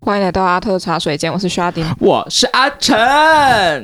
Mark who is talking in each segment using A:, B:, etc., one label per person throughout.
A: 欢迎来到阿特茶水间，我是 Sharding，
B: 我是阿成，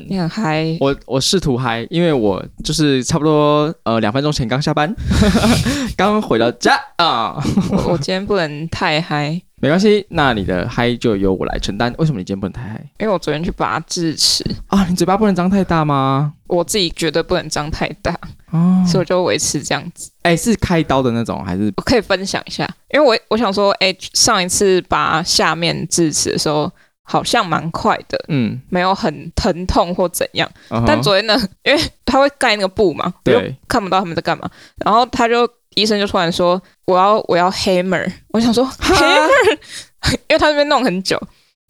A: 你很嗨，
B: 我我试图嗨，因为我就是差不多呃两分钟前刚下班， 刚回到家啊、
A: 我我今天不能太嗨，
B: 没关系，那你的嗨就由我来承担。为什么你今天不能太嗨
A: 因为我昨天去拔智齿，
B: 啊？你嘴巴不能张太大吗？
A: 我自己觉得不能张太大，
B: 啊，
A: 所以我就维持这样子。
B: 哎，是开刀的那种还是
A: 我可以分享一下，因为我我想说，哎，上一次拔下面智齿的时候好像蛮快的，
B: 嗯？
A: 没有很疼痛或怎样。
B: 嗯哼
A: 但昨天呢，因为他会盖那个布嘛，我就
B: 对
A: 看不到他们在干嘛。然后他就医生就突然说：“我要我要 hammer。”我想说 hammer，因 为他那边弄很久，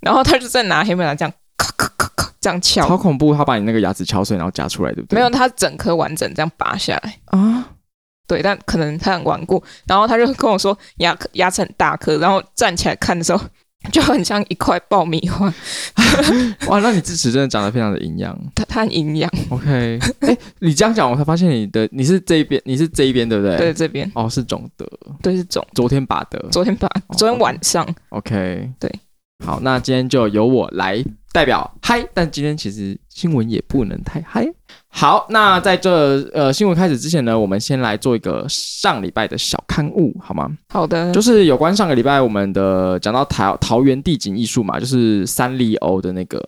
A: 然后他就在拿 hammer 来这样咔咔咔咔这样
B: 超
A: 敲，
B: 恐怖，他把你那个牙齿敲碎然后夹出来，对不对？
A: 没有他整颗完整这样拔下来。
B: 啊，
A: 对，但可能他很顽固，然后他就跟我说牙牙齿很大颗，然后站起来看的时候 就很像一块爆米花，
B: 哇，那你智齿真的长得非常的营养。
A: 它它很营养。
B: OK，哎、你这样讲我才发现你的你是这一边，你是这一边对不对？
A: 对，，这边
B: 哦，是肿的，
A: 对是肿，
B: 昨天拔的。
A: 昨天拔，
B: 哦
A: 昨天晚上
B: OK，
A: 对，
B: 好，那今天就由我来代表嗨，但今天其实新闻也不能太嗨。好，那在这呃新闻开始之前呢，我们先来做一个上礼拜的小刊物，好吗？
A: 好的，
B: 就是有关上个礼拜我们的讲到桃桃园地景艺术嘛，就是三丽鸥的那个。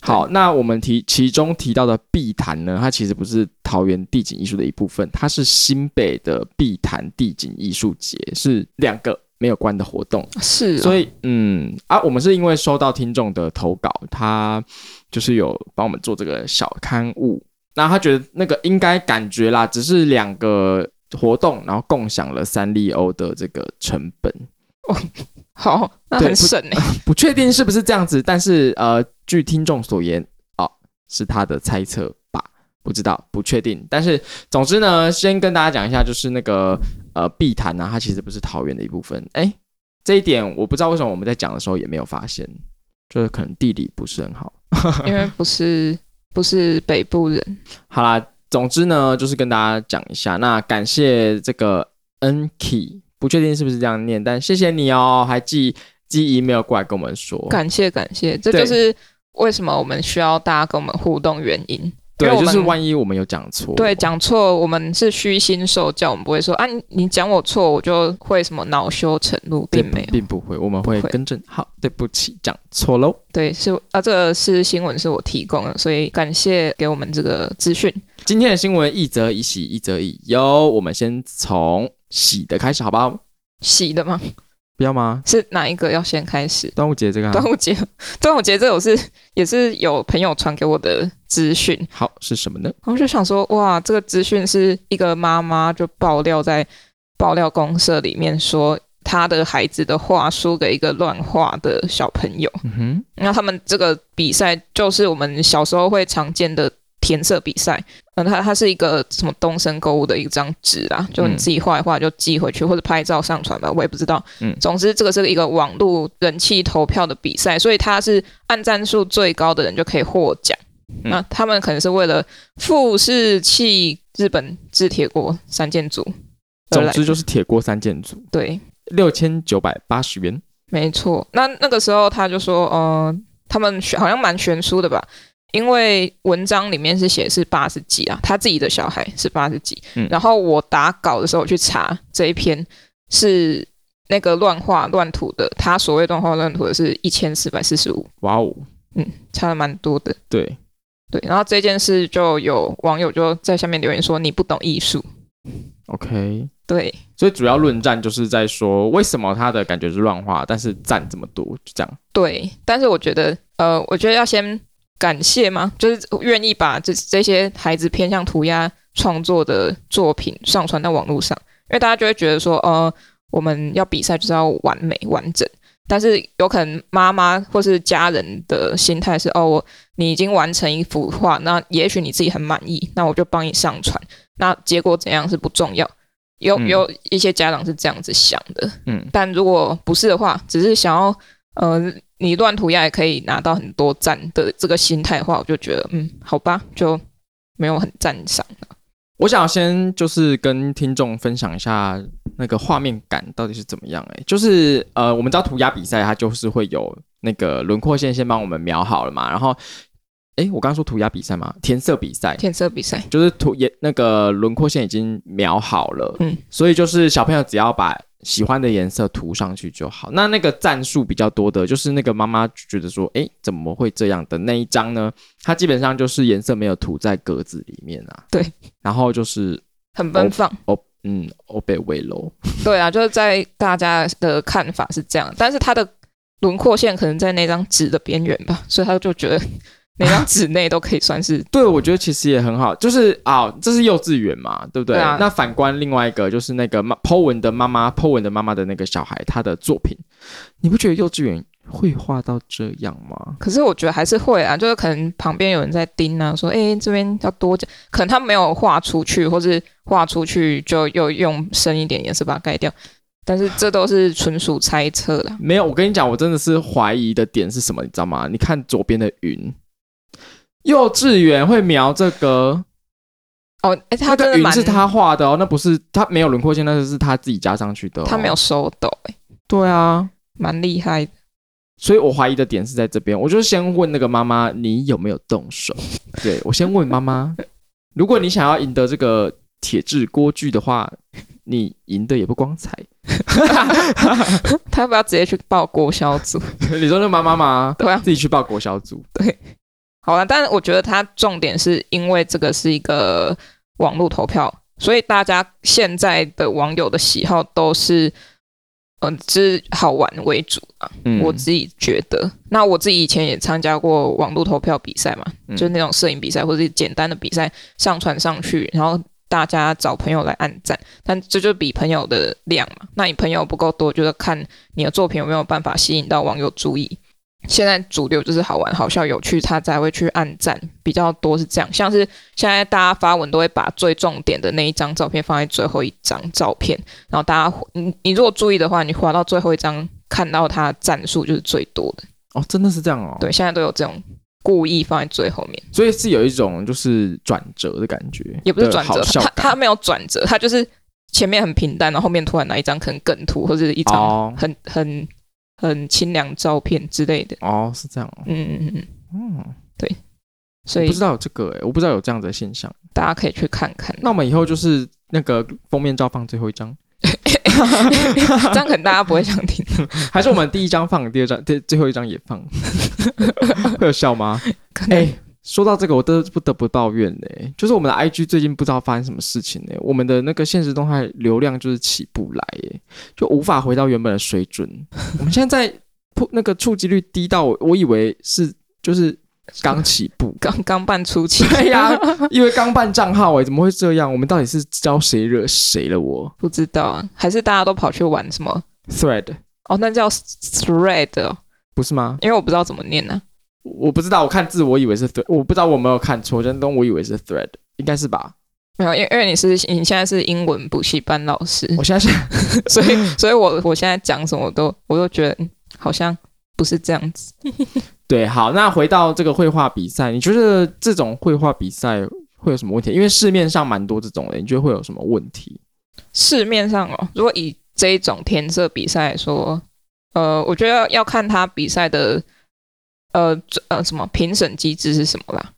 B: 好，那我们提其中提到的碧潭呢，它其实不是桃园地景艺术的一部分，它是新北的碧潭地景艺术节，是两个没有关的活动。
A: 是哦、
B: 所以，嗯啊，我们是因为收到听众的投稿，他就是有帮我们做这个小刊物。那他觉得那个应该感觉啦，只是两个活动，然后共享了三丽鸥的这个成本，
A: 好，那
B: 对
A: 很
B: 不
A: 省哎、
B: 不确定是不是这样子，但是呃，据听众所言，哦，是他的猜测吧，不知道，不确定。但是总之呢，先跟大家讲一下，就是那个呃碧潭呢、它其实不是桃园的一部分，哎，这一点我不知道为什么我们在讲的时候也没有发现，就是可能地理不是很好。
A: 因为不是不是北部人，
B: 好啦，总之呢，就是跟大家讲一下，那感谢这个 Nki，不确定是不是这样念，但谢谢你哦，还寄寄 email 过来跟我们说，
A: 感谢感谢，这
B: 对
A: 就是为什么我们需要大家跟我们互动原因。
B: 对
A: 因为，我
B: 就
A: 们
B: 是万一我们有讲错，
A: 对，讲错我们是虚心受教，我们不会说啊，你你讲我错，我就会什么恼羞成怒，
B: 对
A: 并没有。
B: 并不会，我们会
A: 不会
B: 更正。好，对不起，讲错喽。
A: 对，是啊，这个是新闻是我提供的，所以感谢给我们这个资讯。
B: 今天的新闻一则以喜，一则以忧。我们先从喜的开始，好不好？
A: 喜的吗？
B: 不要吗？
A: 是哪一个要先开始？
B: 端午节这个、啊
A: 端、午节， 端午节这我是也是有朋友传给我的资讯，
B: 好是什么呢？
A: 然后就想说，哇，这个资讯是一个妈妈就爆料在爆料公社里面说，她的孩子的画输给一个乱画的小朋友。
B: 嗯哼，
A: 那他们这个比赛就是我们小时候会常见的填色比赛。嗯，它它是一个什么东森购物的一张纸啊，就你
B: 嗯
A: 自己画一画就寄回去，或者拍照上传吧，我也不知道。
B: 嗯
A: 总之这个是一个网络人气投票的比赛，所以它是按赞数最高的人就可以获奖。
B: 嗯
A: 那他们可能是为了富士气日本制铁锅三件组而
B: 总
A: 来的，
B: 之就是铁锅三件组，
A: 对，
B: 六千九百八十元。
A: 没错，那那个时候他就说，呃，他们选好像蛮悬殊的吧，因为文章里面是写是八十几啊，他自己的小孩是八十几，
B: 嗯
A: 然后我打稿的时候我去查这一篇是那个乱画乱涂的，他所谓乱画乱涂的是一千四百四十五，
B: 哇哦，
A: 差的蛮多的。
B: 对，
A: 对，然后这件事就有网友就在下面留言说你不懂艺术，
B: ，OK。
A: 对，
B: 所以主要论战就是在说，为什么他的感觉是乱画，但是赞这么多，就这样。
A: 对，但是我觉得，呃，我觉得要先感谢嘛，就是愿意把这这些孩子偏向涂鸦创作的作品上传到网络上，因为大家就会觉得说，呃，我们要比赛就是要完美完整，但是有可能妈妈或是家人的心态是，哦，我你已经完成一幅画，那也许你自己很满意，那我就帮你上传，那结果怎样是不重要。有
B: 嗯
A: 有一些家长是这样子想的，
B: 嗯，
A: 但如果不是的话，只是想要呃你乱涂鸦也可以拿到很多赞的这个心态的话，我就觉得嗯，好吧，就没有很赞赏。
B: 我想先就是跟听众分享一下那个画面感到底是怎么样、欸。就是呃，我们知道涂鸦比赛它就是会有那个轮廓线先帮我们描好了嘛，然后，诶，我刚刚说涂鸦比赛嘛，填色比赛，
A: 填色比赛，
B: 就是涂也那个轮廓线已经描好了，
A: 嗯
B: 所以就是小朋友只要把喜欢的颜色涂上去就好。那那个战术比较多的，就是那个妈妈觉得说，诶，怎么会这样的那一张呢？它基本上就是颜色没有涂在格子里面啊，
A: 对，
B: 然后就是
A: 很奔放。
B: 嗯，欧贝维楼，
A: 对啊，就是在大家的看法是这样，但是它的轮廓线可能在那张纸的边缘吧，所以他就觉得那张纸内都可以算 是
B: 对我觉得其实也很好，就是啊、这是幼稚园嘛，对不对？
A: 对啊
B: 那反观另外一个就是那个妈 Po 文的妈妈，Po 文的妈妈的那个小孩，他的作品，你不觉得幼稚园会画到这样吗？
A: 可是我觉得还是会啊，就是可能旁边有人在盯啊，说，哎、这边要多讲，可能他没有画出去，或是画出去就又用深一点颜色把它盖掉，但是这都是纯属猜测啦。
B: 没有，我跟你讲，我真的是怀疑的点是什么，你知道吗？你看左边的云，幼稚园会描这个，
A: 哦，哎、他
B: 那
A: 真
B: 个
A: 的
B: 云
A: 蛮，
B: 是他画的哦，那不是他没有轮廓线，那是他自己加上去的、哦，
A: 他没有，手抖、诶
B: 对啊，
A: 蛮厉害的。
B: 所以我怀疑的点是在这边，我就先问那个妈妈，你有没有动 手？对我先问妈妈，如果你想要赢得这个铁质锅具的话，你赢得也不光彩。
A: 他要不要直接去报国小组？
B: 你说那个妈妈吗？
A: 对啊，
B: 自己去报国小组，
A: 好了，但是我觉得他重点是因为这个是一个网络投票，所以大家现在的网友的喜好都是，嗯、之好玩为主啊。
B: 嗯
A: 我自己觉得，那我自己以前也参加过网络投票比赛嘛，
B: 嗯
A: 就是那种摄影比赛或者是简单的比赛，上传上去，然后大家找朋友来按赞，但这就比朋友的量嘛。那你朋友不够多，就是看你的作品有没有办法吸引到网友注意。现在主流就是好玩、好笑、有趣，他才会去按赞比较多，是这样。像是现在大家发文都会把最重点的那一张照片放在最后一张照片，然后大家你你如果注意的话，你滑到最后一张看到它战术就是最多的。
B: 哦，真的是这样哦。，
A: 对，现在都有这种故意放在最后面，
B: 所以是有一种就是转折的感觉，
A: 也不是转折
B: 的好，笑
A: 它它
B: 感
A: 没有转折，它就是前面很平淡，然后后面突然来一张可能更突或者一张
B: 哦
A: 很、很很清凉照片之类的。
B: 哦是这样哦，
A: 嗯嗯嗯嗯，
B: 嗯，
A: 所
B: 我
A: 以
B: 不知道有这个哎，我不知道有这样子的现象。
A: 大家可以去看看，
B: 那我们以后就是那个封面照放最后一张，
A: 这样可能大家不会想 听。
B: 还是我们第一张放，第二张、第最后一张也放， 会有笑吗？
A: 可
B: 哎、
A: 能、，
B: 说到这个，我都不得不抱怨呢、就是我们的 IG 最近不知道发生什么事情呢、我们的那个现实动态流量就是起不来、耶，就无法回到原本的水准。我们现在在破那个触及率低到我我以为是就是刚起步
A: 刚刚办初期，
B: 对呀、因为刚办账号哎、怎么会这样？我们到底是招谁惹谁了我？
A: 不知道啊，还是大家都跑去玩什么？
B: Thread
A: 哦，那叫 thread，、哦、
B: 不是吗？
A: 因为我不知道怎么念啊呢、
B: 我不知道，我看字我以为是 thread，我不知道我有没有看错，真的我以为是 thread，应该是吧？
A: 没有，因为因为你是你现在是英文补习班老师，
B: 我现在是
A: 所以 所以我我现在讲什么都我都觉得嗯好像不是这样子。
B: 对，好，那回到这个绘画比赛，你觉得这种绘画比赛会有什么问题？因为市面上蛮多这种的，你觉得会有什么问题？
A: 市面上哦，如果以这一种填色比赛来说，呃，我觉得要看他比赛的呃这呃什么评审机制是什么啦，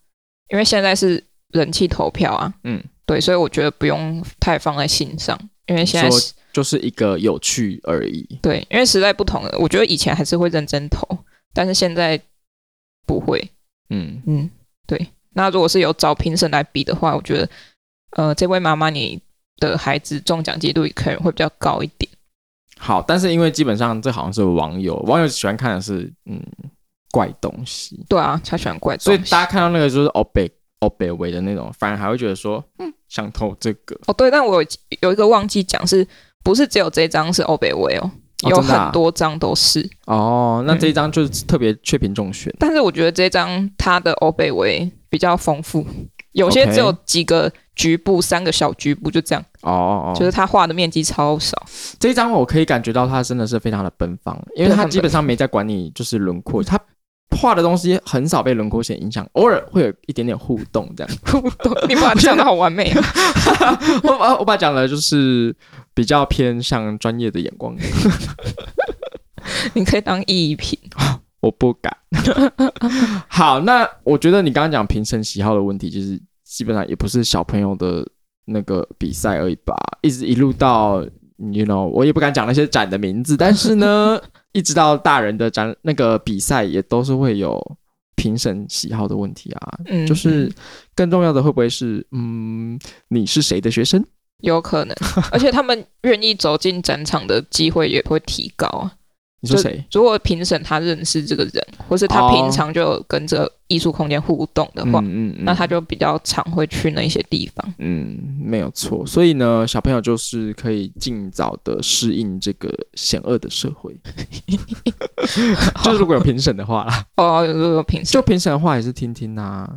A: 因为现在是人气投票啊，
B: 嗯，
A: 对，所以我觉得不用太放在心上，因为现在
B: 说
A: 是
B: 就是一个有趣而已。
A: 对，因为时代不同了，我觉得以前还是会认真投，但是现在不会。
B: 嗯，
A: 嗯，对。那如果是有找评审来比的话，我觉得，呃，这位妈妈你的孩子中奖几率可能会比较高一点。
B: 好，但是因为基本上这好像是网友，网友喜欢看的是嗯怪东西，
A: 对啊，他喜欢怪
B: 所以
A: 东西
B: 大家看到那个就是欧北欧北维的那种，反而还会觉得说嗯想投这个。
A: 哦，对，但我有有一个忘记讲是，不是只有这张是欧北威哦，
B: 哦
A: 有
B: 真的啊
A: 很多张都是。
B: 哦，那这一张就是特别缺品中选。
A: 但是我觉得这张它的欧北威比较丰富，有些
B: OK
A: 只有几个局部、三个小局部就这样，
B: 哦哦哦，
A: 就是他画的面积超少。
B: 这一张我可以感觉到他真的是非常的奔放，因为
A: 对
B: 他
A: 很
B: 基本上没在管你就是轮廓，他画的东西很少被轮廓线影响，偶尔会有一点点互动这样。
A: 你把它讲的好完美、啊，
B: 我把我把讲的就是比较偏向专业的眼光，
A: 你可以当意义品。
B: 我不敢。 好，那我觉得你刚刚讲评审喜好的问题，就是基本上也不是小朋友的那个比赛而已吧，一直一路到，you know，我也不敢讲那些展的名字，但 是呢，一直到大人的展那个比赛，也都是会有评审喜好的问题啊。
A: 嗯，
B: 就是更重要的，会不会是嗯，你是谁的学生？
A: 有可 能，而且他们愿意走进展场的机会也会提高啊。
B: 你说谁？
A: 如果评审他认识这个人，或是他
B: 哦
A: 平常就有跟这个艺术空间互动的话，
B: 嗯
A: 那他就比较常会去那一些地方。
B: 嗯，没有错。所以呢，小朋友就是可以尽早的适应这个险恶的社会。 就是如果有评审的话 啦，
A: 哦，如果评审
B: 就评审的话也是听听啊，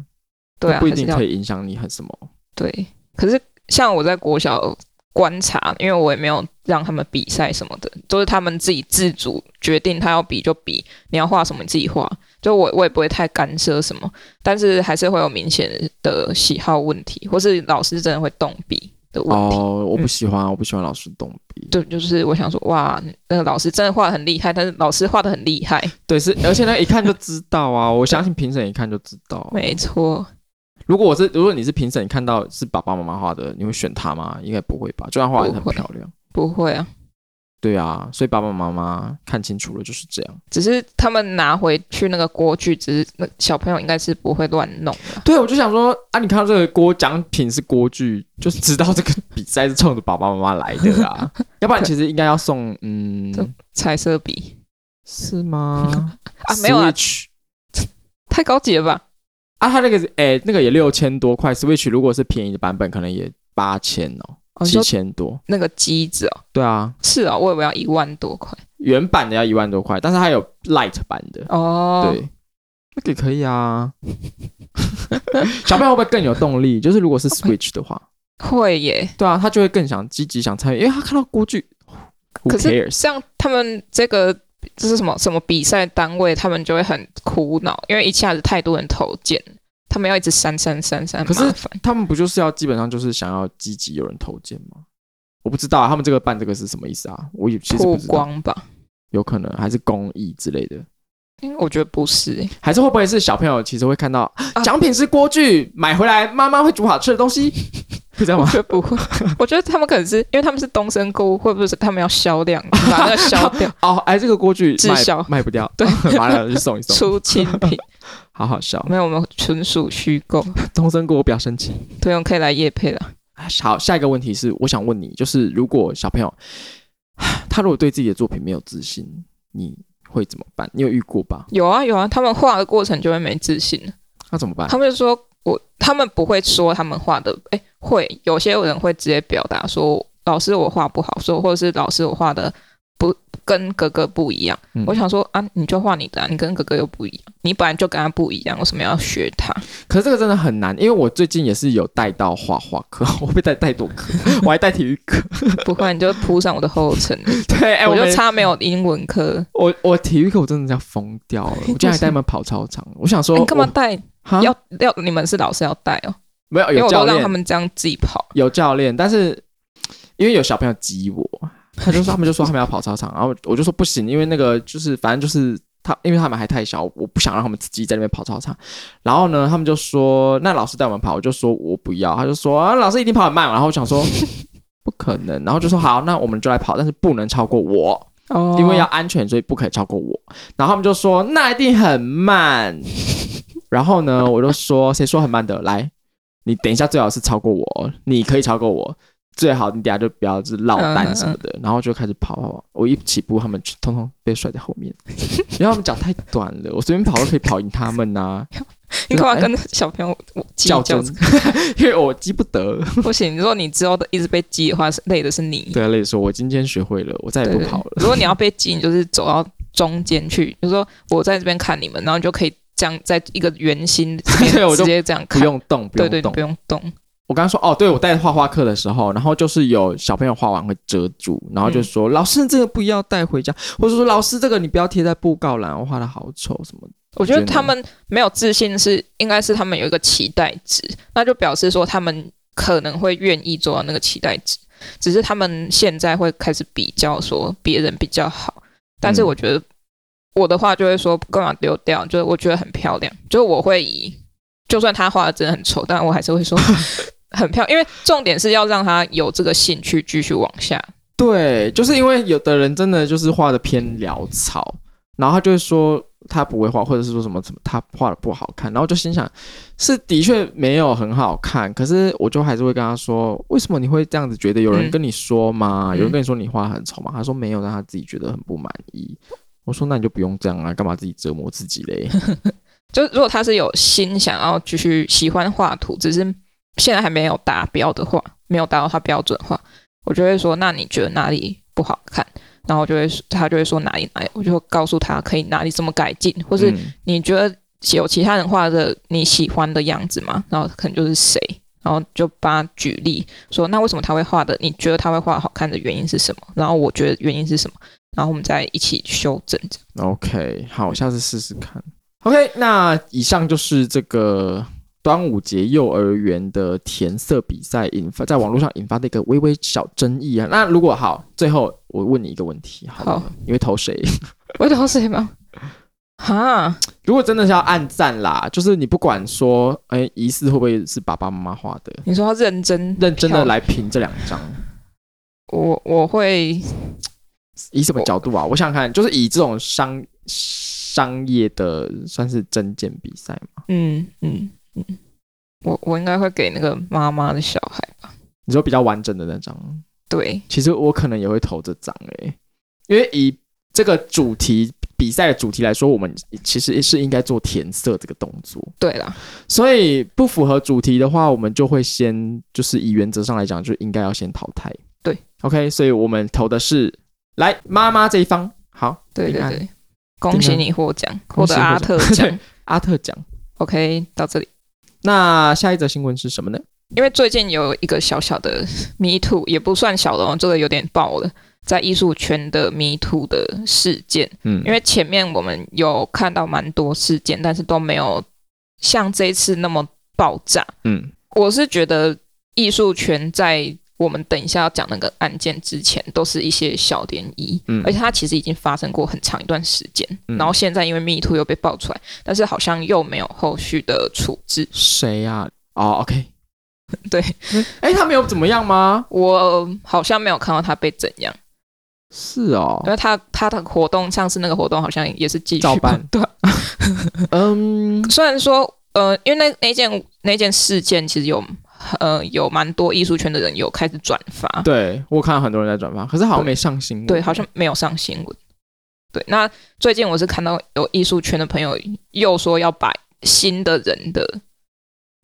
A: 对啊，
B: 不一
A: 还是
B: 定
A: 要
B: 可以影响你很什么。
A: 对，可是像我在国小观察，因为我也没有让他们比赛什么的，都是他们自己自主决定，他要比就比，你要画什么你自己画，就我我也不会太干涉什么，但是还是会有明显的喜好问题，或是老师真的会动笔的问题。嗯
B: 哦，我不喜欢，我不喜欢老师动笔。
A: 对，就是我想说，哇，那个老师真的画的很厉害，但是老师画的很厉害，
B: 对，是，而且呢，一看就知道啊。我相信评审一看就知道。
A: 没错，
B: 如果我是，如果你是评审，你看到是爸爸妈妈画的，你会选他吗？应该不会吧，就算画的很
A: 不会
B: 漂亮。
A: 不会啊，
B: 对啊，所以爸爸妈妈看清楚了就是这样。
A: 只是他们拿回去那个锅具，只是那小朋友应该是不会乱弄的。
B: 对，我就想说啊，你看到这个锅奖品是锅具，就知道这个比赛是冲着爸爸妈妈来的 啦。要不然其实应该要送，嗯，
A: 这彩色笔
B: 是吗？
A: 啊，没有啊，
B: Switch
A: 太高级了吧？
B: 啊，它那个哎、那个也六千多块，Switch 如果是便宜的版本，可能也八千哦，
A: 哦，你
B: 七
A: 说
B: 千多。
A: 那个机子哦，
B: 对啊，
A: 是哦，我以为要一万多块
B: 原版的要一万多块，但是它有 Light 版的，
A: 哦。
B: 对，那个也可以啊。 小朋友会不会更有动力？就是如果是 Switch 的话，
A: 会耶。
B: 对啊，他就会更想积极想参与，因为他看到锅具。
A: 可
B: Who
A: 是
B: cares？
A: 像他们这个这是什么什么比赛单位，他们就会很苦恼，因为一下子太多人投件，他们要一直删删删删，
B: 可是
A: 很麻烦。
B: 他们不就是要基本上就是想要积极有人投件吗？我不知道、啊、他们这个办这个是什么意思啊？我也其实
A: 曝
B: 不知道，
A: 光吧？
B: 有可能还是公益之类的，
A: 因为我觉得不是耶，
B: 还是会不会是小朋友其实会看到
A: 啊
B: 奖、品是锅具，买回来妈妈会煮好吃的东西， 会这样
A: 我
B: 吗
A: 觉？得不会。 我觉得他们可能是因为他们是东升购物，会不会是他们要销量，把那个销 掉
B: 哦，哎，这个锅具
A: 滞
B: 卖
A: 销
B: 卖不掉，
A: 对，
B: 完了就送一 送，
A: 出清品？
B: 好好笑。
A: 没有，我们纯属虚构。
B: 童生锅不要生气。
A: 对，我们可以来夜配了。
B: 啊好，下一个问题是，我想问你，就是如果小朋友他如果对自己的作品没有自信，你会怎么办？你有遇过吧？
A: 有啊有啊，他们画的过程就会没自信了。
B: 那怎么办？
A: 他们就说我，他们不会说他们画的，哎，会有些人会直接表达说，老师我画不好，说或者是老师我画的不跟哥哥不一样。
B: 嗯
A: 我想说啊，你就画你的、啊，你跟哥哥又不一样，你本来就跟他不一样，为什么要学他？
B: 可是这个真的很难，因为我最近也是有带到画画课， 我被带带多课，我还带体育课。
A: 不会，你就扑上我的后尘。
B: 对，哎、
A: 我
B: 我
A: 就
B: 没
A: 差没有英文课，
B: 我我体育课我真的要疯掉了，我竟然还带他们跑操场。我想说
A: 哎
B: 我，
A: 你干嘛带？
B: 哈
A: 要要你们是老师要带哦，
B: 没有
A: 因为
B: 有
A: 我
B: 教
A: 都让他
B: 练，
A: 们这样自己跑。
B: 有教练，但是因为有小朋友激我，他就说他们就说他们要跑操场，然后我就说不行，因为那个就是反正就是他，因为他们还太小，我不想让他们自己在那边跑操场。然后呢，他们就说那老师带我们跑，我就说我不要，他就说啊老师一定跑很慢，然后我想说 不可能，然后就说好，那我们就来跑，但是不能超过我，
A: 哦
B: 因为要安全，所以不可以超过我。然后他们就说那一定很慢，然后呢，我就说谁说很慢的来。你等一下最好是超过我哦，你可以超过我，最好你等下就不要就是落
A: 嗯
B: 单什么的，然后就开始跑跑跑。我一起步，他们通通被甩在后面，因为他们脚太短了，我随便跑都可以跑赢他们啊呐、
A: 你
B: 哎
A: 干嘛 跟小朋友计
B: 较
A: 较
B: 真？， 因为我记不得。
A: 不行，如果你之后一直被激的话，是累的是你。
B: 对啊，类似说，我今天学会了，我再也不
A: 对
B: 跑了。
A: 如果你要被激，你就是走到中间去，就说我在这边看你们，然后你就可以这样在一个圆心这
B: 对
A: 边
B: 我
A: 直
B: 就
A: 接这样
B: 不
A: 看。
B: 用动，不
A: 对
B: 用
A: 对，你
B: 动
A: 不。用动。
B: 我刚刚说哦，对我带画画课的时候，然后就是有小朋友画完会遮住，然后就说、老师这个不要带回家，或者说老师这个你不要贴在布告栏，我画的好丑什么的。
A: 我觉得
B: 觉得
A: 他们没有自信是，应该是他们有一个期待值，那就表示说他们可能会愿意做到那个期待值，只是他们现在会开始比较说别人比较好，但是
B: 嗯
A: 我觉得我的话就会说干嘛丢掉，就是我觉得很漂亮，就是我会以，就算他画的真的很丑，但我还是会说很漂亮，因为重点是要让他有这个兴趣继续往下。
B: 对，就是因为有的人真的就是画的偏潦草，然后他就会说他不会画，或者是说什么什么他画的不好看，然后我就心想是的确没有很好看，可是我就还是会跟他说，为什么你会这样子觉得？有人
A: 嗯
B: 跟你说吗？
A: 嗯
B: 有人跟你说你画很丑吗？他说没有，但他自己觉得很不满意。我说那你就不用这样啊，干嘛自己折磨自己 嘞？
A: 就是如果他是有心想要继续喜欢画图，只是现在还没有达标的话，没有达到他标准的话，我就会说，那你觉得哪里不好看？然后我就会他就会说哪里哪里，我就会告诉他可以哪里怎么改进，或
B: 不
A: 是你觉得有其他人画的你喜欢的样子吗？然后可能就是谁，然后就把他举例说，那为什么他会画的？你觉得他会画好看的原因是什么？然后我觉得原因是什么？然后我们再一起修正。这样
B: OK，好，下次试试看。OK，那以上就是这个端午节幼儿园的填色比赛引发在网络上引发的一个微微小争议啊。那如果好，最后我问你一个问题，好了
A: 好
B: 因为投谁？
A: 我懂谁吗？哈，
B: 如果真的是要暗赞啦，就是你不管说，哎、疑似会不会是爸爸妈妈画的，
A: 你说要认真，
B: 认真的来评这两张，
A: 我我会
B: 以什么角度啊？我想想看，就是以这种商商业的算是真见比赛嘛？
A: 嗯嗯嗯，我我应该会给那个妈妈的小孩吧。
B: 你说比较完整的那张。
A: 对，
B: 其实我可能也会投这张诶、因为以这个主题比赛的主题来说，我们其实是应该做填色这个动作。
A: 对啦，
B: 所以不符合主题的话，我们就会先就是以原则上来讲，就应该要先淘汰。
A: 对
B: ，OK，所以我们投的是来妈妈这一方。好，
A: 对对
B: 平安
A: 对，恭喜你获奖，获
B: 恭喜
A: 得阿
B: 获
A: 特
B: 奖
A: 奖。
B: 阿特奖。
A: OK，到这里。
B: 那下一则新闻是什么呢？
A: 因为最近有一个小小的 Me Too，也不算小的哦，这个有点爆了，在艺术圈的 Me Too 的事件。
B: 嗯
A: 因为前面我们有看到蛮多事件，但是都没有像这一次那么爆炸。
B: 嗯
A: 我是觉得艺术圈在我们等一下要讲那个案件之前，都是一些小涟漪，
B: 嗯
A: 而且它其实已经发生过很长一段时间，
B: 嗯
A: 然后现在因为 Me Too 又被爆出来，但是好像又没有后续的处置。
B: 谁呀、哦，OK，
A: 对
B: 哎、他没有怎么样吗？
A: 我好像没有看到他被怎样。
B: 是哦
A: 因，为他他的活动上次那个活动好像也是 继续
B: 照办
A: 对啊，
B: 嗯，
A: 虽然说呃，因为那那件那件事件其实有呃有蛮多艺术圈的人有开始转发，
B: 对我看到很多人在转发，可是好像没上新闻。
A: 对，好像没有上新闻。对，那最近我是看到有艺术圈的朋友又说要把新的人的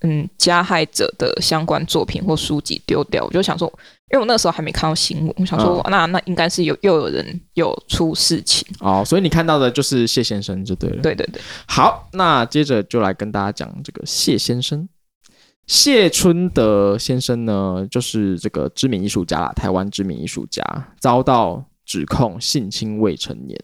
A: 嗯加害者的相关作品或书籍丢掉，我就想说，因为我那时候还没看到新闻，我想说、那那应该是有又有人有出事情，
B: 哦，所以你看到的就是谢先生就对了。，
A: 对对对，
B: 好，那接着就来跟大家讲这个谢先生。谢春德先生呢，就是这个知名艺术家啦，台湾知名艺术家，遭到指控性侵未成年，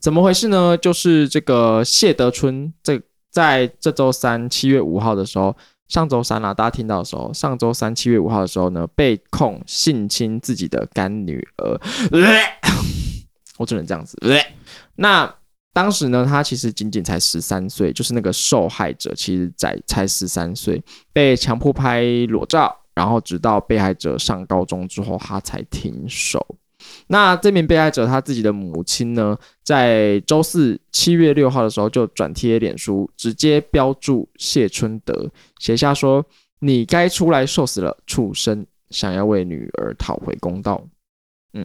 B: 怎么回事呢？就是这个谢德春这在这周三七月五号的时候，上周三啦、大家听到的时候，上周三七月五号的时候呢，被控性侵自己的干女儿， 我只能这样子。 那当时呢，他其实仅仅才十三岁，就是那个受害者其实才才十三岁，被强迫拍裸照，然后直到被害者上高中之后，他才停手。那这名被害者他自己的母亲呢，在周四七月六号的时候就转贴脸书，直接标注谢春德，写下说：“你该出来受死了，畜生！想要为女儿讨回公道。”嗯，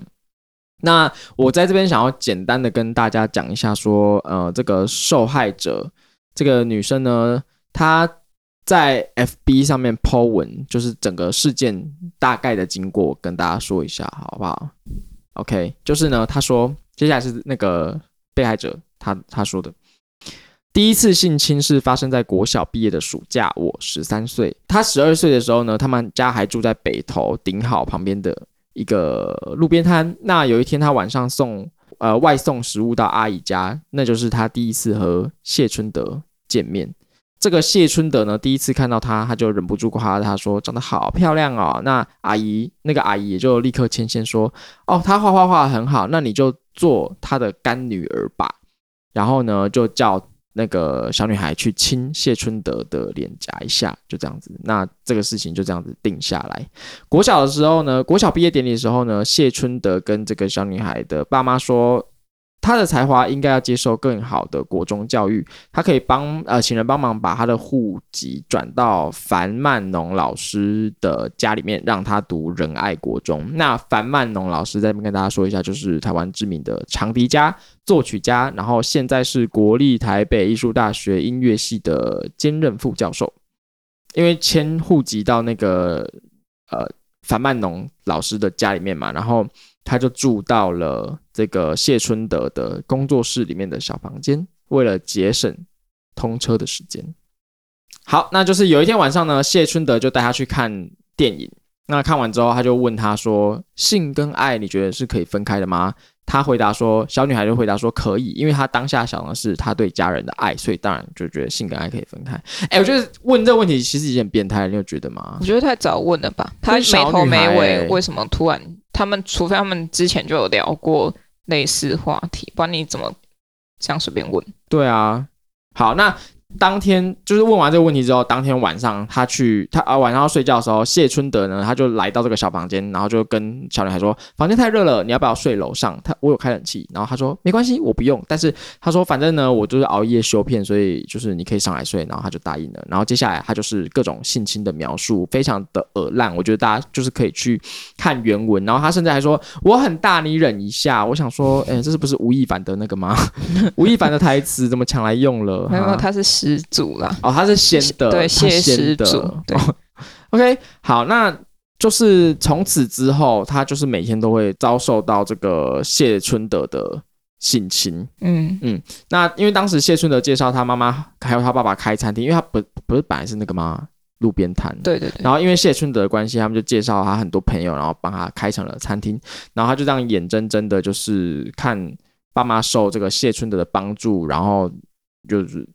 B: 那我在这边想要简单的跟大家讲一下说，呃，这个受害者这个女生呢，她在 FB 上面 Po 文，就是整个事件大概的经过，跟大家说一下，好不好？OK，就是呢，她说，接下来是那个被害者，她她说的。第一次性侵是发生在国小毕业的暑假，我十三岁，她十二岁的时候呢，他们家还住在北投顶好旁边的一个路边摊。那有一天，他晚上送呃外送食物到阿姨家，那就是他第一次和谢春德见面。这个谢春德呢，第一次看到他，他就忍不住夸他说：“长得好漂亮哦。”那阿姨，那个阿姨也就立刻牵线说：“哦，她画画画得很好，那你就做她的干女儿吧。”然后呢就叫那个小女孩去亲谢春德的脸颊一下，就这样子。那这个事情就这样子定下来。国小的时候呢，国小毕业典礼的时候呢，谢春德跟这个小女孩的爸妈说，她的才华应该要接受更好的国中教育，她可以帮呃请人帮忙把她的户籍转到樊曼农老师的家里面，让她读仁爱国中。那樊曼农老师在这边跟大家说一下，就是台湾知名的长笛家、作曲家，然后现在是国立台北艺术大学音乐系的兼任副教授。因为迁户籍到那个呃樊曼农老师的家里面嘛，然后他就住到了这个谢春德的工作室里面的小房间，为了节省通车的时间。好，那就是有一天晚上呢，谢春德就带他去看电影。那看完之后，他就问他说：“性跟爱，你觉得是可以分开的吗？”他回答说：“小女孩就回答说可以，因为她当下想的是她对家人的爱，所以当然就觉得性跟爱可以分开。”哎，我觉得问这个问题其实已经很变态了，你有觉得吗
A: 我？觉得太早问了吧？他
B: 这是小
A: 没头
B: 女孩
A: 没
B: 欸
A: 尾，为什么突然？他们除非他们之前就有聊过类似话题，不然你怎么这样随便问？
B: 对啊，好，那当天就是问完这个问题之后，当天晚上他去他啊晚上要睡觉的时候，谢春德呢他就来到这个小房间，然后就跟小女孩说：“房间太热了，你要不要睡楼上？他我有开冷气。”然后他说：“没关系，我不用。”但是他说：“反正呢，我就是熬夜修片，所以就是你可以上来睡。”然后他就答应了。然后接下来他就是各种性侵的描述，非常的恶烂。我觉得大家就是可以去看原文。然后他甚至还说：“我很大，你忍一下。”我想说，哎、这是不是吴亦凡的那个吗？吴亦凡的台词怎么抢来用 了？
A: 没有没有，
B: 哈
A: 他是始祖啦。
B: 哦，他是先的，
A: 对
B: 他
A: 谢
B: 先
A: 始
B: 的哦
A: 祖对
B: OK，好，那就是从此之后，他就是每天都会遭受到这个谢春德的性侵。
A: 嗯，
B: 那因为当时谢春德介绍他妈妈还有他爸爸开餐厅，因为他不不是本来是那个吗？路边摊。
A: 对对对，
B: 然后因为谢春德的关系，他们就介绍他很多朋友，然后帮他开成了餐厅，然后他就这样眼睁睁的，就是看爸妈受这个谢春德的帮助，然后就是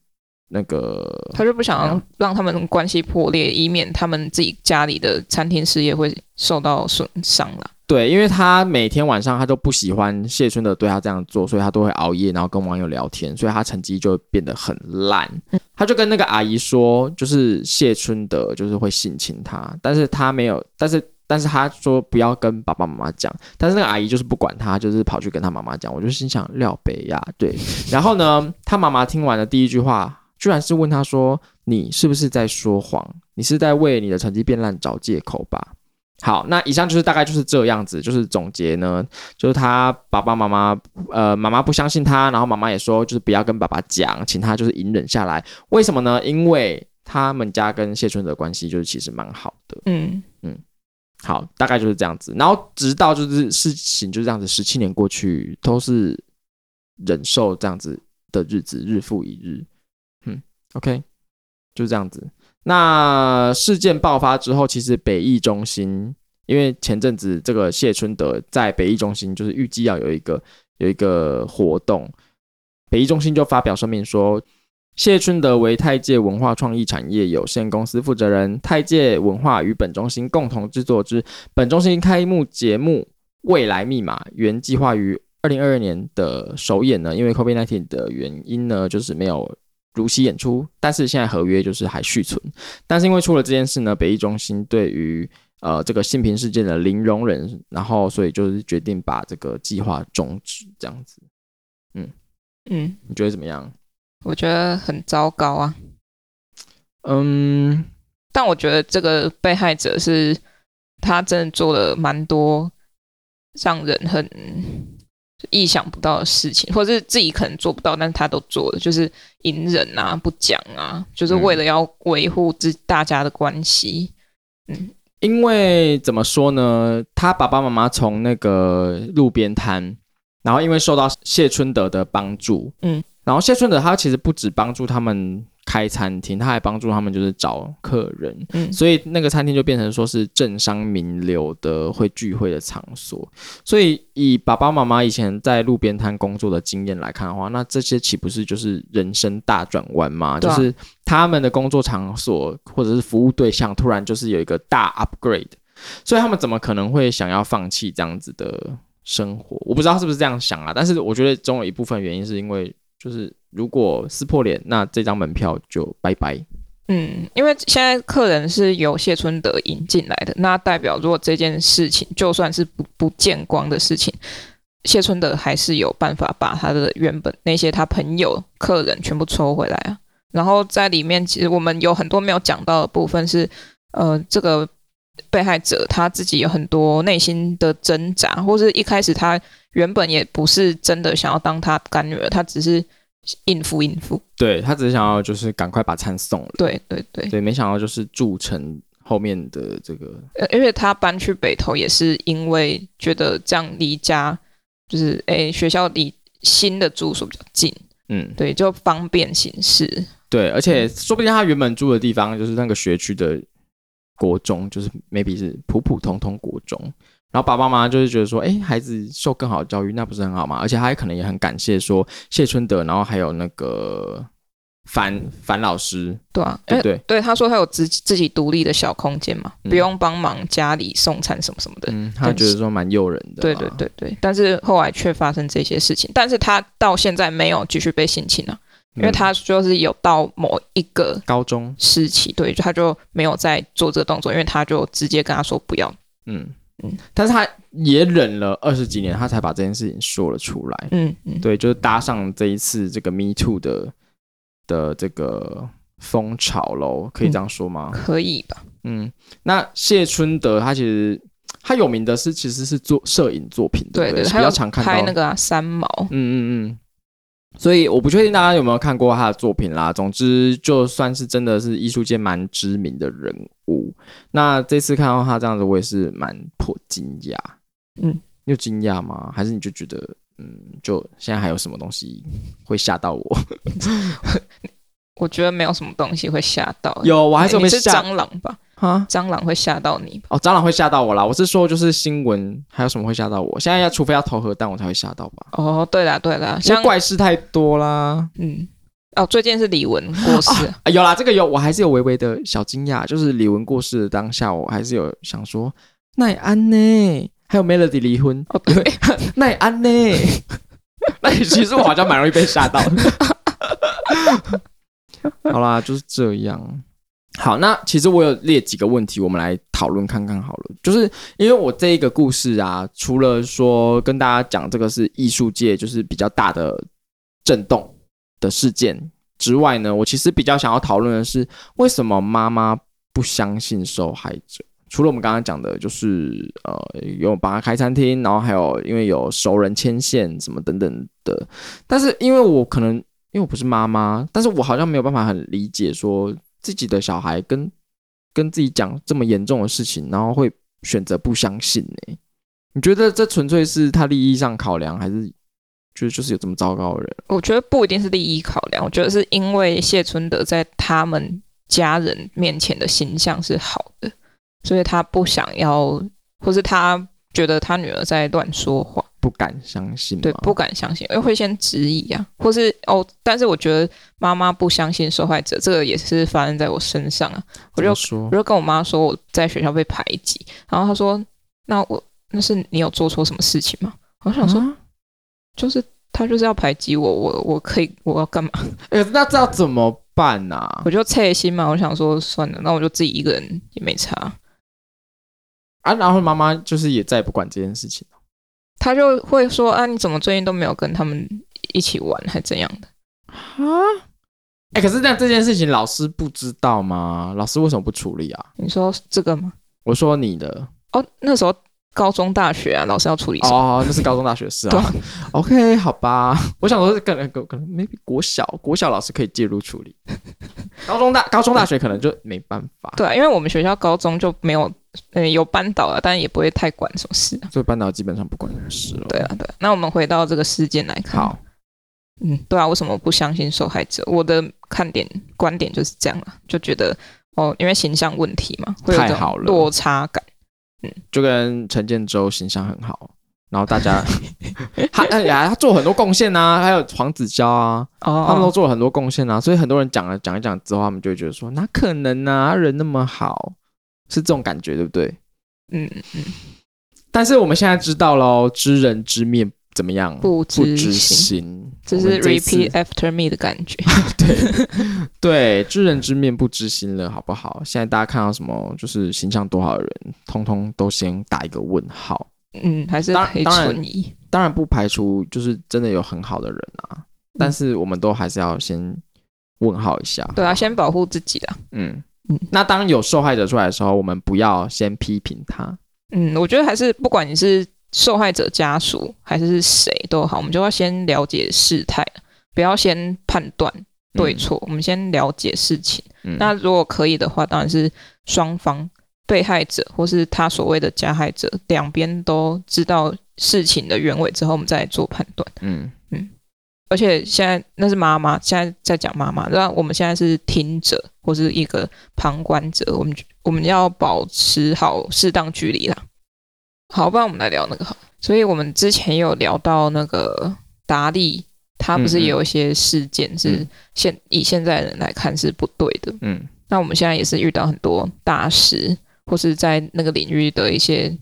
B: 那个
A: 他就不想
B: 啊
A: 要让他们关系破裂，以免他们自己家里的餐厅事业会受到损伤啦。
B: 对，因为他每天晚上他都不喜欢谢春德对他这样做，所以他都会熬夜，然后跟网友聊天，所以他成绩就会变得很烂。他就跟那个阿姨说，就是谢春德就是会性侵他，但是他没有，但是但是他说不要跟爸爸妈妈讲，但是那个阿姨就是不管他，就是跑去跟他妈妈讲。我就心想廖北亚对，然后呢，他妈妈听完的第一句话，居然是问他说：“你是不是在说谎？你是在为你的成绩变烂找借口吧？”好，那以上就是大概就是这样子，就是总结呢，就是他爸爸妈妈，呃，妈妈不相信他，然后妈妈也说就是不要跟爸爸讲，请他就是隐忍下来。为什么呢？因为他们家跟谢春德的关系就是其实蛮好的。
A: 嗯，
B: 好，大概就是这样子。然后直到就是事情就这样子，十七年过去都是忍受这样子的日子，日复一日。嗯，OK，就是这样子。那事件爆发之后，其实北艺中心，因为前阵子这个谢春德在北艺中心就是预计要有一个有一个活动，北艺中心就发表声明说，谢春德为泰界文化创意产业有限公司负责人，泰界文化与本中心共同制作之本中心开幕节目《未来密码》，原计划于二零二二年的首演呢，因为 COVID-19 的原因呢，就是没有如期演出，但是现在合约就是还续存。但是因为出了这件事呢，北艺中心对于呃这个性平事件的零容忍，然后所以就是决定把这个计划终止，这样子，
A: 嗯，
B: 你觉得怎么样？
A: 我觉得很糟糕啊。
B: 嗯，
A: 但我觉得这个被害者是他真的做了蛮多让人很意想不到的事情，或者是自己可能做不到，但是他都做了，就是隐忍啊、不讲啊，就是
B: 嗯
A: 为了要维护自大家的关系。嗯
B: 因为怎么说呢，他爸爸妈妈从那个路边摊，然后因为受到谢春德的帮助，
A: 嗯，
B: 然后谢春德他其实不止帮助他们开餐厅，他还帮助他们就是找客人，
A: 嗯，
B: 所以那个餐厅就变成说是政商名流的会聚会的场所。所以以爸爸妈妈以前在路边摊工作的经验来看的话，那这些岂不是就是人生大转弯吗？
A: 对
B: 就
A: 啊
B: 是他们的工作场所或者是服务对象突然就是有一个大 upgrade，所以他们怎么可能会想要放弃这样子的生活？我不知道是不是这样想啊，但是我觉得总有一部分原因是因为就是如果撕破脸，那这张门票就拜拜。
A: 嗯，因为现在客人是由谢春德引进来的，那代表如果这件事情就算是不不见光的事情，谢春德还是有办法把他的原本那些他朋友、客人全部抽回来啊。然后在里面，其实我们有很多没有讲到的部分是，呃，这个被害者他自己有很多内心的挣扎，或是一开始他原本也不是真的想要当他干女儿，他只是应付应付。
B: 对他只是想要就是赶快把餐送了，
A: 对对对。
B: 对，没想到就是铸成后面的这个，
A: 呃，而且他搬去北投也是因为觉得这样离家，就是诶学校离新的住所比较近，
B: 嗯，
A: 对，就方便行事。
B: 对，
A: 嗯
B: 而且说不定他原本住的地方就是那个学区的国中，就是 maybe 是普普通通国中，然后爸爸妈妈就是觉得说，哎，孩子受更好的教育，那不是很好吗？而且他可能也很感谢说谢春德，然后还有那个樊樊老师，
A: 对啊，
B: 对
A: 因
B: 不
A: 为
B: 对？
A: 对他说他有自己自己独立的小空间嘛，
B: 嗯
A: 不用帮忙家里送餐什么什么的。
B: 嗯，啊他觉得说蛮诱人的，
A: 对对，对对，但是后来却发生这些事情，但是他到现在没有继续被性侵啊，因为
B: 嗯
A: 他就是有到某一个
B: 高中，
A: 时期，对，就他就没有再做这个动作，因为他就直接跟他说不要，
B: 嗯
A: 嗯
B: 但是他也忍了二十几年，他才把这件事情说了出来。
A: 嗯嗯，
B: 对，就是搭上这一次这个 Me Too 的的这个风潮喽，可以这样说吗？
A: 可以吧？
B: 嗯那谢春德他其实他有名的是其实是做摄影作品，
A: 对
B: 不对？是
A: 还
B: 比
A: 有
B: 较常看到
A: 拍那个、啊、三毛，
B: 嗯嗯嗯。所以我不确定大家有没有看过他的作品啦。总之，就算是真的是艺术界蛮知名的人物。那这次看到他这样子，我也是蛮颇惊讶。
A: 嗯，
B: 你有惊讶吗？还是你就觉得，嗯，就现在还有什么东西会吓到我？
A: 我觉得没有什么东西会吓到欸。
B: 有，我哎还是有
A: 你
B: 被
A: 是
B: 吓
A: 蟑螂吧？
B: 啊。
A: 蟑螂会吓到你吧？
B: 哦，蟑螂会吓到我啦。我是说，就是新闻还有什么会吓到我？现在要除非要投核弹，我才会吓到吧。
A: 哦，对啦对啦，
B: 因为
A: 像
B: 怪事太多啦。
A: 嗯哦，最近是李玟过世，
B: 啊，有啦，这个有，我还是有微微的小惊讶，就是李玟过世的当下，我还是有想说奈安呢，还有 Melody 离婚，
A: 哦对，
B: 奈安呢，那其实我好像蛮容易被吓到 的。好啦，就是这样。好，那其实我有列几个问题，我们来讨论看看好了。就是因为我这一个故事啊，除了说跟大家讲这个是艺术界就是比较大的震动的事件之外呢，我其实比较想要讨论的是，为什么妈妈不相信受害者？除了我们刚刚讲的，就是呃，有帮他开餐厅，然后还有因为有熟人牵线什么等等的，但是因为我可能因为我不是妈妈，但是我好像没有办法很理解说自己的小孩跟跟自己讲这么严重的事情，然后会选择不相信呢、你觉得这纯粹是他利益上考量，还是就就是有这么糟糕的人？
A: 我觉得不一定是利益考量，我觉得是因为谢春德在他们家人面前的形象是好的，所以他不想要，或是他觉得他女儿在乱说话。
B: 不敢相信吗，
A: 对，不敢相信，因为会先质疑啊，或是哦，但是我觉得妈妈不相信受害者，这个也是发生在我身上啊。我
B: 怎
A: 就
B: 么说
A: 我，就跟我妈说我在学校被排挤，然后她说那我那是你有做错什么事情吗？我想说、
B: 啊
A: 就是她就是要排挤我，我我可以我要干嘛？
B: 哎、那这要怎么办呐、啊？
A: 我就脆心嘛，我想说算了，那我就自己一个人也没差。
B: 啊然后妈妈就是也再也不管这件事情了。
A: 她就会说啊，你怎么最近都没有跟他们一起玩，还怎样的？
B: 啊？哎、可是那这件事情老师不知道吗？老师为什么不处理啊？
A: 你说这个吗？
B: 我说你的
A: 哦，那时候高中大学啊，老师要处理什么？
B: 哦，那是高中大学是
A: 对
B: 啊。OK，好吧，我想说是可能可可能 maybe 国小国小老师可以介入处理， 高中大高中大学可能就没办法。
A: 对啊，因为我们学校高中就没有，嗯、有班导啊，但也不会太管什么事啊。
B: 所以班导基本上不管事了。
A: 对啊，对啊。那我们回到这个事件来看，
B: 好，
A: 嗯，对啊，为什么不相信受害者？我的看点观点就是这样啊，就觉得哦，因为形象问题嘛，会有一
B: 太好
A: 种
B: 了
A: 落差感。
B: 就跟陈建州形象很好，然后大 家他哎呀，他做很多贡献啊，还有黄子佼啊，
A: 哦，
B: 他们都做了很多贡献啊，所以很多人讲了讲一讲之后，他们就会觉得说，哪可能啊，他人那么好，是这种感觉，对不对？
A: 嗯，
B: 但是我们现在知道喽，知人知面怎么样
A: 不
B: 不
A: 知情，
B: 知心，
A: 这
B: 我
A: 是
B: 们一次
A: repeat after me 的感觉。
B: 对，知人知面不知心了，好不好？现在大家看到什么就是形象多好的人，通通都先打一个问号。
A: 嗯，还是
B: 当
A: 可以
B: 当然
A: 存疑。
B: 当然不排除就是真的有很好的人
A: 嗯
B: 啊，但是我们都还是要先问号一下。
A: 对啊，先保护自己啦。
B: 嗯
A: 嗯
B: 那当有受害者出来的时候，我们不要先批评他。
A: 嗯，我觉得还是不管你是受害者家属还是谁都好，我们就要先了解事态，不要先判断对
B: 嗯，
A: 错，我们先了解事情。
B: 嗯
A: 那如果可以的话，当然是双方被害者或是他所谓的加害者，两边都知道事情的原委之后，我们再来做判断。
B: 嗯
A: 而且现在那是妈妈，现在在讲妈妈，那我们现在是听者或是一个旁观者，我们我们要保持好适当距离啦。好，不然我们来聊那个好。所以我们之前有聊到那个达利，他不
B: 嗯
A: 是
B: 嗯
A: 有一些事件是
B: 嗯
A: 现、以现在人来看是不对的。
B: 嗯
A: 那我们现在也是遇到很多大师或是在那个领域的一些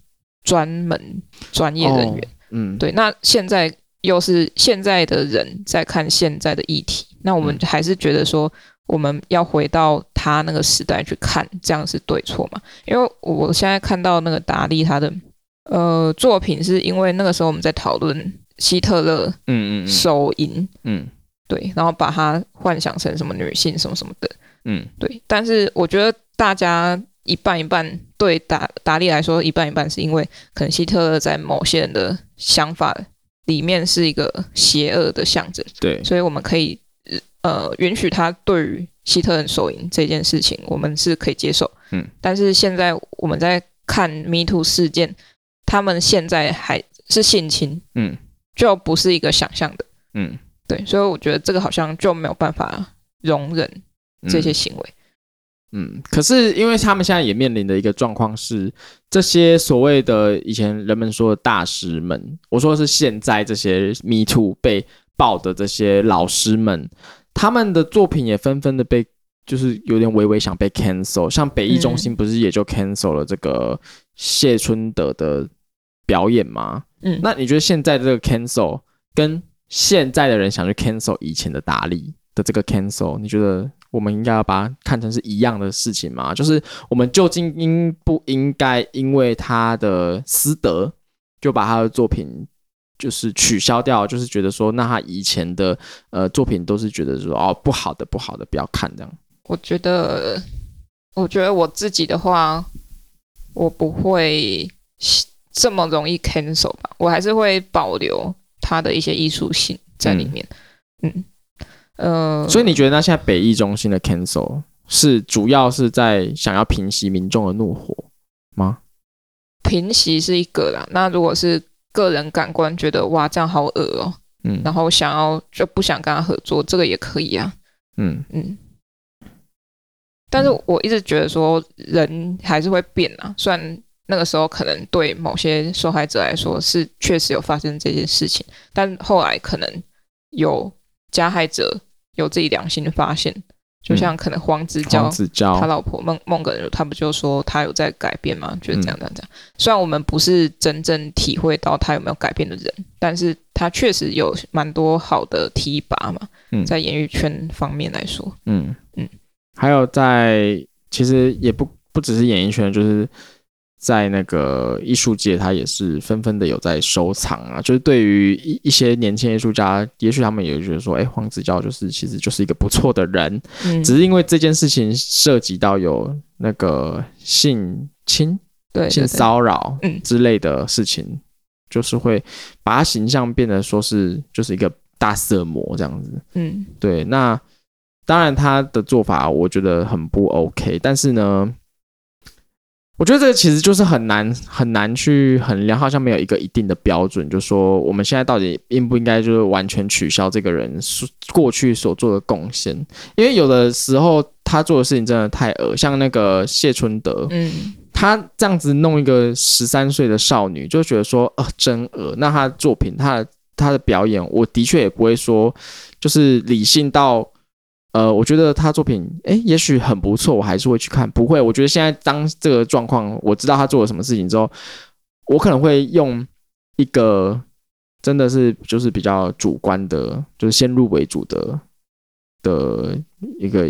A: 专门专业人员。
B: 嗯，
A: 对，那现在又是现在的人在看现在的议题，那我们
B: 嗯
A: 还是觉得说，我们要回到他那个时代去看，这样是对错嘛？因为我现在看到那个达利他的呃作品，是因为那个时候我们在讨论希特勒
B: 嗯嗯嗯
A: 手淫，
B: 嗯
A: 对，然后把他幻想成什么女性什么什么的，
B: 嗯
A: 对，但是我觉得大家一半一半，对达达利来说一半一半，是因为可能希特勒在某些人的想法里面是一个邪恶的象征，
B: 对，
A: 所以我们可以呃允许他对于希特勒手淫这件事情，我们是可以接受。
B: 嗯，
A: 但是现在我们在看 Me Too 事件，他们现在还是性侵，
B: 嗯
A: 就不是一个想象的，
B: 嗯，
A: 对，所以我觉得这个好像就没有办法容忍
B: 嗯
A: 这些行为。
B: 嗯，可是因为他们现在也面临的一个状况是，这些所谓的以前人们说的大师们，我说的是现在这些 Me Too 被爆的这些老师们，他们的作品也纷纷的被，就是有点微微想被 cancel。像北艺中心不是也就 cancel 了这个谢春德的表演吗？
A: 嗯，
B: 那你觉得现在这个 cancel 跟现在的人想去 cancel 以前的达利的这个 cancel，你觉得我们应该要把它看成是一样的事情吗？就是我们究竟应不应该因为他的私德就把他的作品就是取消掉？就是觉得说，那他以前的呃作品都是觉得说哦不好的不好的不要看这样。
A: 我觉得，我觉得我自己的话，我不会这么容易 cancel 吧，我还是会保留它的一些艺术性在里面。嗯，呃，
B: 所以你觉得那现在北艺中心的 cancel 是主要是在想要平息民众的怒火吗？
A: 平息是一个啦，那如果是个人感官觉得哇这样好恶哦、
B: 嗯
A: 然后想要就不想跟他合作，这个也可以啊。
B: 嗯
A: 嗯，但是我一直觉得说人还是会变啊，虽然那个时候可能对某些受害者来说是确实有发生这件事情，但后来可能有加害者有自己良心的发现，就像可能嗯黄子佼
B: 黄子佼
A: 他老婆孟孟耿如，他不就说他有在改变吗？就是这样这样这
B: 嗯
A: 样。虽然我们不是真正体会到他有没有改变的人，但是他确实有蛮多好的提拔嘛。
B: 嗯
A: 在演艺圈方面来说，
B: 嗯嗯
A: 嗯，
B: 还有在其实也不不只是演艺圈，就是在那个艺术界，他也是纷纷的有在收藏啊。就是对于一一些年轻艺术家，也许他们也觉得说，哎、黄子佼就是其实就是一个不错的人，
A: 嗯，
B: 只是因为这件事情涉及到有那个性侵、
A: 对嗯
B: 性，骚扰
A: 对嗯
B: 之类的事情，就是会把他形象变得说是就是一个大色魔这样子。
A: 对对嗯
B: 对，那当然他的做法我觉得很不 OK，但是呢，我觉得这个其实就是很难很难去衡量，好像没有一个一定的标准，就说我们现在到底应不应该就是完全取消这个人所过去所做的贡献，因为有的时候他做的事情真的太恶，像那个谢春德，
A: 嗯，
B: 他这样子弄一个十三岁的少女，就觉得说，呃，真恶。那他的作品，他的他的表演，我的确也不会说，就是理性到，呃，我觉得他作品，诶，也许很不错，我还是会去看。不会，我觉得现在当这个状况，我知道他做了什么事情之后，我可能会用一个。真的是就是比较主观的，就是先入为主的的一个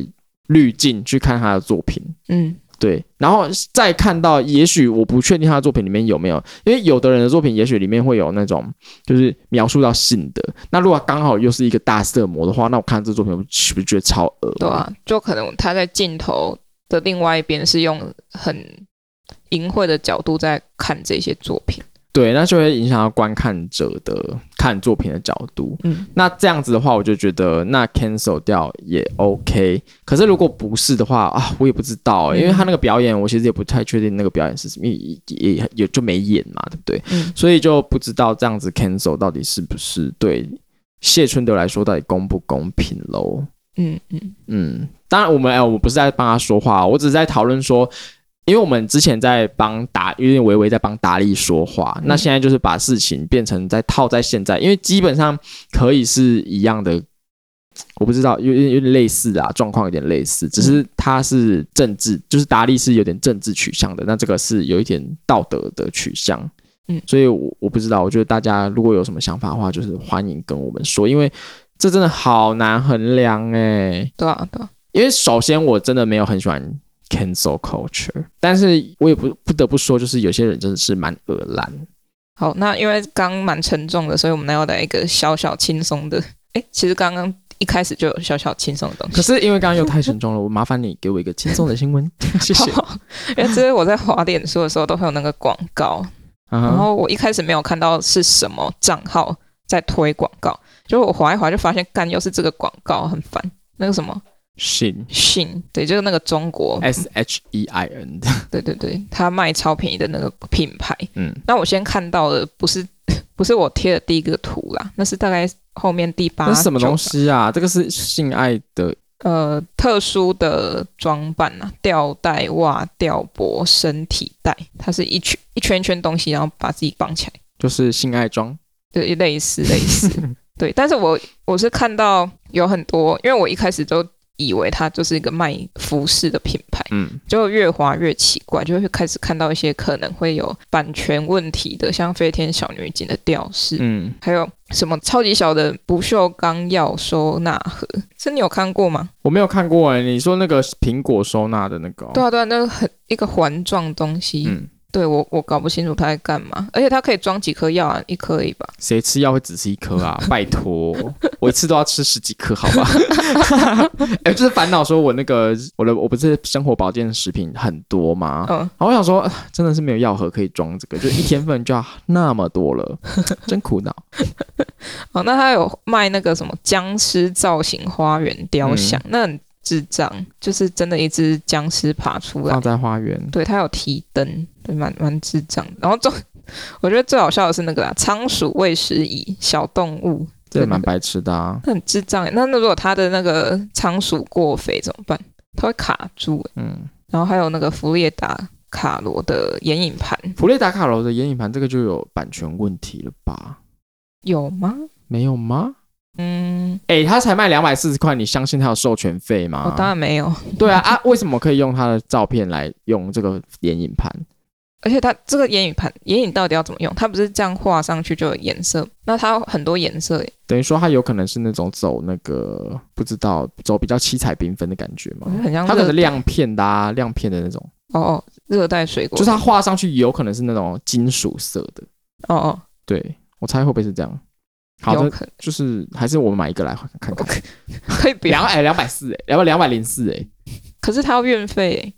B: 滤镜去看他的作品。
A: 嗯
B: 对，然后再看到，也许我不确定他的作品里面有没有，因为有的人的作品也许里面会有那种就是描述到性的，那如果刚好又是一个大色魔的话，那我看这作品我是不是觉得超恶？
A: 对啊，就可能他在镜头的另外一边是用很淫秽的角度在看这些作品。
B: 对，那就会影响到观看者的看作品的角度。
A: 嗯
B: 那这样子的话，我就觉得那 cancel 掉也 OK。可是如果不是的话啊，我也不知道、
A: 嗯
B: 因为他那个表演，我其实也不太确定那个表演是什么，因为也也也就没演嘛，对不对？
A: 嗯
B: 所以就不知道这样子 cancel 到底是不是对谢春德来说到底公不公平喽？
A: 嗯嗯
B: 嗯，当然我们哎、我不是在帮他说话，我只是在讨论说，因为我们之前在帮达，因为维维在帮达利说话，那现在就是把事情变成在套在现在，因为基本上可以是一样的，我不知道，有有有点类似啊，状况有点类似，只是他是政治，就是达利是有点政治取向的，那这个是有一点道德的取向。
A: 嗯
B: 所以我，我不知道，我觉得大家如果有什么想法的话，就是欢迎跟我们说，因为这真的好难衡量哎、
A: 对啊对啊，
B: 因为首先我真的没有很喜欢 cancel culture，但是我也不不得不说，就是有些人真的是蛮恶 烂。
A: 好，那因为刚蛮沉重的，所以我们要来一个小小轻松的。哎，其实刚刚一开始就有小小轻松的东西
B: 可。是因为刚刚又太沉重了，我麻烦你给我一个轻松的 新闻， 谢谢。
A: 因为这是我在滑脸书的时候都会有那个广告，然
B: 然
A: 后我一开始没有看到是什么账号在推广告，就我滑一滑就发现，干又是这个广告，很烦。那个什么
B: 信
A: 信，对，就是那个中国，
B: S H E I N 的，
A: 对对对，他卖超便宜的那个品牌。
B: 嗯，
A: 那我先看到的不是 不是我贴的第一个图啦，那是大概后面第八
B: 那是什么
A: 九
B: 东西啊？这个是性爱的
A: 呃特殊的装扮啊，吊带、袜、吊脖、身体带，它是一圈一圈一圈东西，然后把自己绑起来，
B: 就是性爱装，
A: 对，类似类似，对。但是我我是看到有很多，因为我一开始都以为它就是一个卖服饰的品牌，
B: 嗯，
A: 就越滑越奇怪，就会开始看到一些可能会有版权问题的，像飞天小女警的吊饰，
B: 嗯，
A: 还有什么超级小的不锈钢药收纳盒，这你有看过吗？
B: 我没有看过哎、你说那个苹果收纳的那个、哦，
A: 对啊，对啊，那个很一个环状东西，
B: 嗯，
A: 对我我搞不清楚它在干嘛，而且它可以装几颗药啊，一颗而已吧？
B: 谁吃药会只吃一颗 啊？拜托，我一次都要吃十几颗，好吧？哎、就是烦恼说我那个我的我不是生活保健食品很多吗？
A: 嗯，
B: 然后我想说，啊真的是没有药盒可以装这个，就一天份就要那么 多了，真苦恼。
A: 好，哦那它有卖那个什么僵尸造型花园雕像，
B: 嗯
A: 那很智障，就是真的一只僵尸爬出来
B: 放，在花园，
A: 对，它有提灯，对，蛮蛮智障的。然后最 我觉得最好笑的是那个啦，啊仓鼠喂食椅小动物，
B: 这也
A: 对那
B: 蛮
A: 个
B: 白痴的啊。
A: 那很智障欸。那那如果它的那个仓鼠过肥怎么办？它会卡住欸。
B: 嗯，
A: 然后还有那个弗列达卡罗的眼影盘
B: 普列达卡罗的眼影盘这个就有版权问题了吧？
A: 有吗？
B: 没有吗？
A: 嗯，
B: 哎、他才卖两百四十块，你相信他有授权费吗？
A: 哦我当然没有。
B: 对啊啊！为什么可以用他的照片来用这个眼影盘？
A: 而且它这个眼影盘眼影到底要怎么用？它不是这样画上去就有颜色？那它有很多颜色欸耶，
B: 等于说他有可能是那种走那个不知道走比较七彩缤纷的感觉
A: 我
B: 嘛
A: 觉？得很像
B: 哦他可
A: 热
B: 能亮片的啊，亮片的那种，
A: 哦哦热带水果，
B: 就是他画上去有可能是那种金属色的。
A: 哦哦
B: 对我猜会不会是这样？好
A: 有
B: 的，
A: 可能
B: 就是还是我们买一个来看看看。
A: 可以不要
B: 两哎两百四哎，两百两百零四哎，
A: 可是它要运费耶，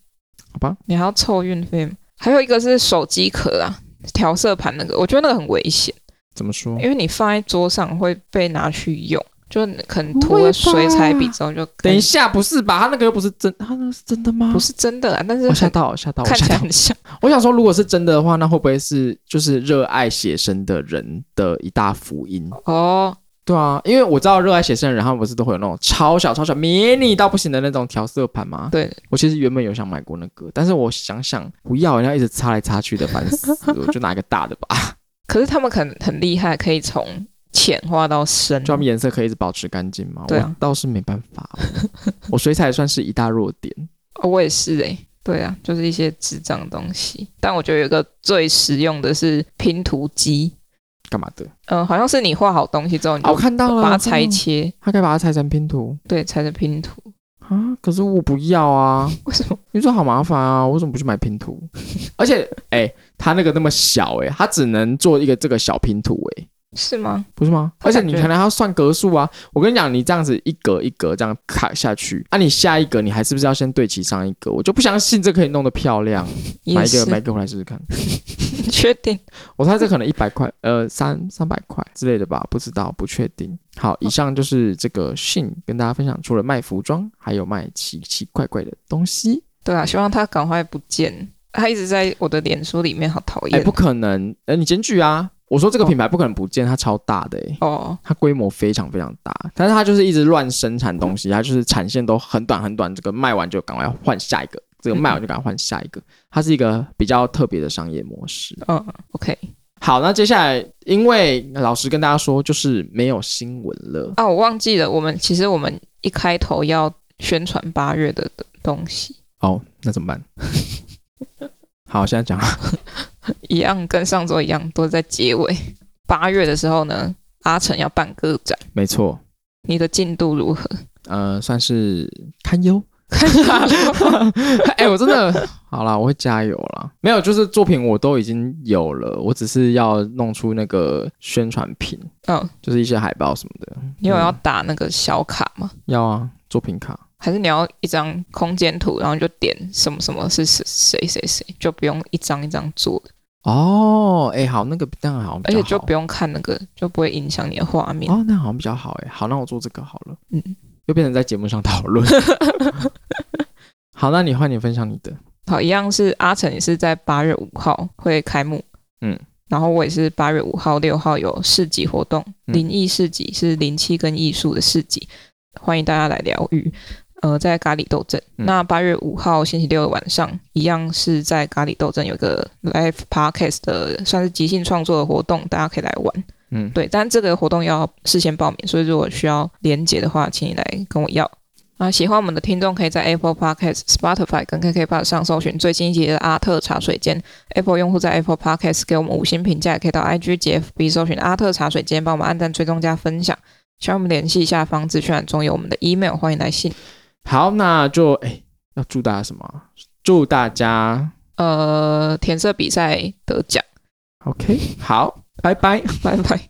B: 好吧，
A: 你还要凑运费吗。还有一个是手机壳啊，调色盘那个，我觉得那个很危险，
B: 怎么说？
A: 因为你放在桌上会被拿去用，就可能
B: 不
A: 涂
B: 会
A: 了
B: 吧
A: 水彩笔之后就
B: 等一下，不是吧？他那个又不是真，他那个是真的吗？
A: 不，是真的啊，但是
B: 我
A: 很
B: 吓到，吓到，我
A: 看起
B: 吓
A: 来
B: 到。
A: 很像。
B: 我想说，如果是真的的话，那会不会是就是热爱写生的人的一大福音？
A: 哦，
B: 对啊，因为我知道热爱写生的人，他们不是都会有那种超小、超小、迷你到不行的那种调色盘吗？
A: 对，
B: 我其实原本有想买过那个，但是我想想不要，要一直擦来擦去的，烦死！我就拿一个大的 吧，
A: 可是他们可能很厉害，可以从浅画到深
B: 就。他们颜色可以一直保持干净嘛。
A: 对啊
B: 我倒是没办法，我水彩算是一大弱点。
A: 哦我也是诶、对啊，就是一些智障的东西。但我觉得有一个最实用的是拼图机，
B: 干嘛的？
A: 嗯、好像是你画好东西之后，你
B: 哦，我
A: 就
B: 看到了，
A: 把它
B: 我看到
A: 裁
B: 了，
A: 切，
B: 他可以把它裁成拼图
A: 对，裁成拼图。
B: 啊。可是我不要啊，
A: 为什么？
B: 你说好麻烦啊，我为什么不去买 拼图？而且，哎、他那个那么小、哎，他只能做一个这个小拼图、哎，
A: 是吗？
B: 不是吗？
A: 他
B: 而且
A: 感
B: 你
A: 觉
B: 可能还要算格数啊。我跟你讲，你这样子一格一格这样卡下去，啊，你下一格你还是不是要先对齐上一格？我就不相信这可以弄得漂亮。买
A: 也
B: 一个
A: 是，
B: 买一个回来试试看。
A: 你确定？
B: 我猜这可能一百块，呃，三三百块之类的吧，不知道，不确定。好，以上就是这个信跟大家分享，除了卖服装，还有卖奇奇怪怪的东西。
A: 对啊，希望他赶快不见。他一直在我的脸书里面，好讨
B: 哎、
A: 厌
B: 不。可能，呃，你检举啊！我说这个
A: 哦
B: 品牌不可能不见，它超大的、欸，
A: 哦，
B: 它规模非常非常大，但是它就是一直乱生产东西，它就是产线都很短很短，这个卖完就赶快换下一个，这个卖完就赶快换下一个，它是一个比较特别的商业模式。
A: 嗯，OK。
B: 好，那接下来，因为老实跟大家说，就是没有新闻了。
A: 啊，我忘记了，我们其实我们一开头要宣传八月的的东西，
B: 哦，那怎么办？ 好，现在讲。
A: 一样跟上周一样，都在结尾。八月的时候呢，阿成要办个展，
B: 没错，
A: 你的进度如 何？
B: 呃，算是堪忧。 哎、我真的好啦，我会加油啦。没有，就是作品我都已经有了，我只是要弄出那个宣传品，
A: 嗯，
B: 就是一些海报什么的。
A: 你有
B: 嗯
A: 要打那个小卡吗？
B: 要啊，作品卡。
A: 还是你要一张空间图，然后就点什么什么是谁谁谁谁，就不用一张一张做，
B: 哦，哎、好，那个那个好像比
A: 而
B: 较
A: 且
B: 好，
A: 就不用看那个，就不会影响你的画面。
B: 哦，那好像比较好哎。好，那我做这个好了。
A: 嗯，
B: 又变成在节目上讨 论。好，那你换你分享你的。
A: 好，一样是阿成也是在八月五号会开幕，
B: 嗯，
A: 然后我也是八月五号、六号有市集活动，
B: 嗯
A: 灵异市集是灵气跟艺术的市集，欢迎大家来疗愈。呃，在咖喱斗阵，
B: 嗯
A: 那八月五号星期六的晚上，一样是在咖喱斗阵有一个 live podcast 的，算是即兴创作的活动，大家可以来玩。
B: 嗯，
A: 对，但这个活动要事先报名，所以如果需要连结的话，请你来跟我要。啊，喜欢我们的听众可以在 Apple Podcast、Spotify 跟 KK p o d 上搜寻最新一集的《阿特茶水间》。Apple 用户在 Apple Podcast 给我们五星评价，也可以到 IG、GFB 搜寻“阿特茶水间”，帮我们按赞、追踪、加分享。希望我们联系下方资讯栏中有我们的 email，欢迎来信。
B: 好，那就哎、要祝大家什么啊？祝大家
A: 呃，填色比赛得奖，
B: OK，好，拜拜。
A: 拜拜。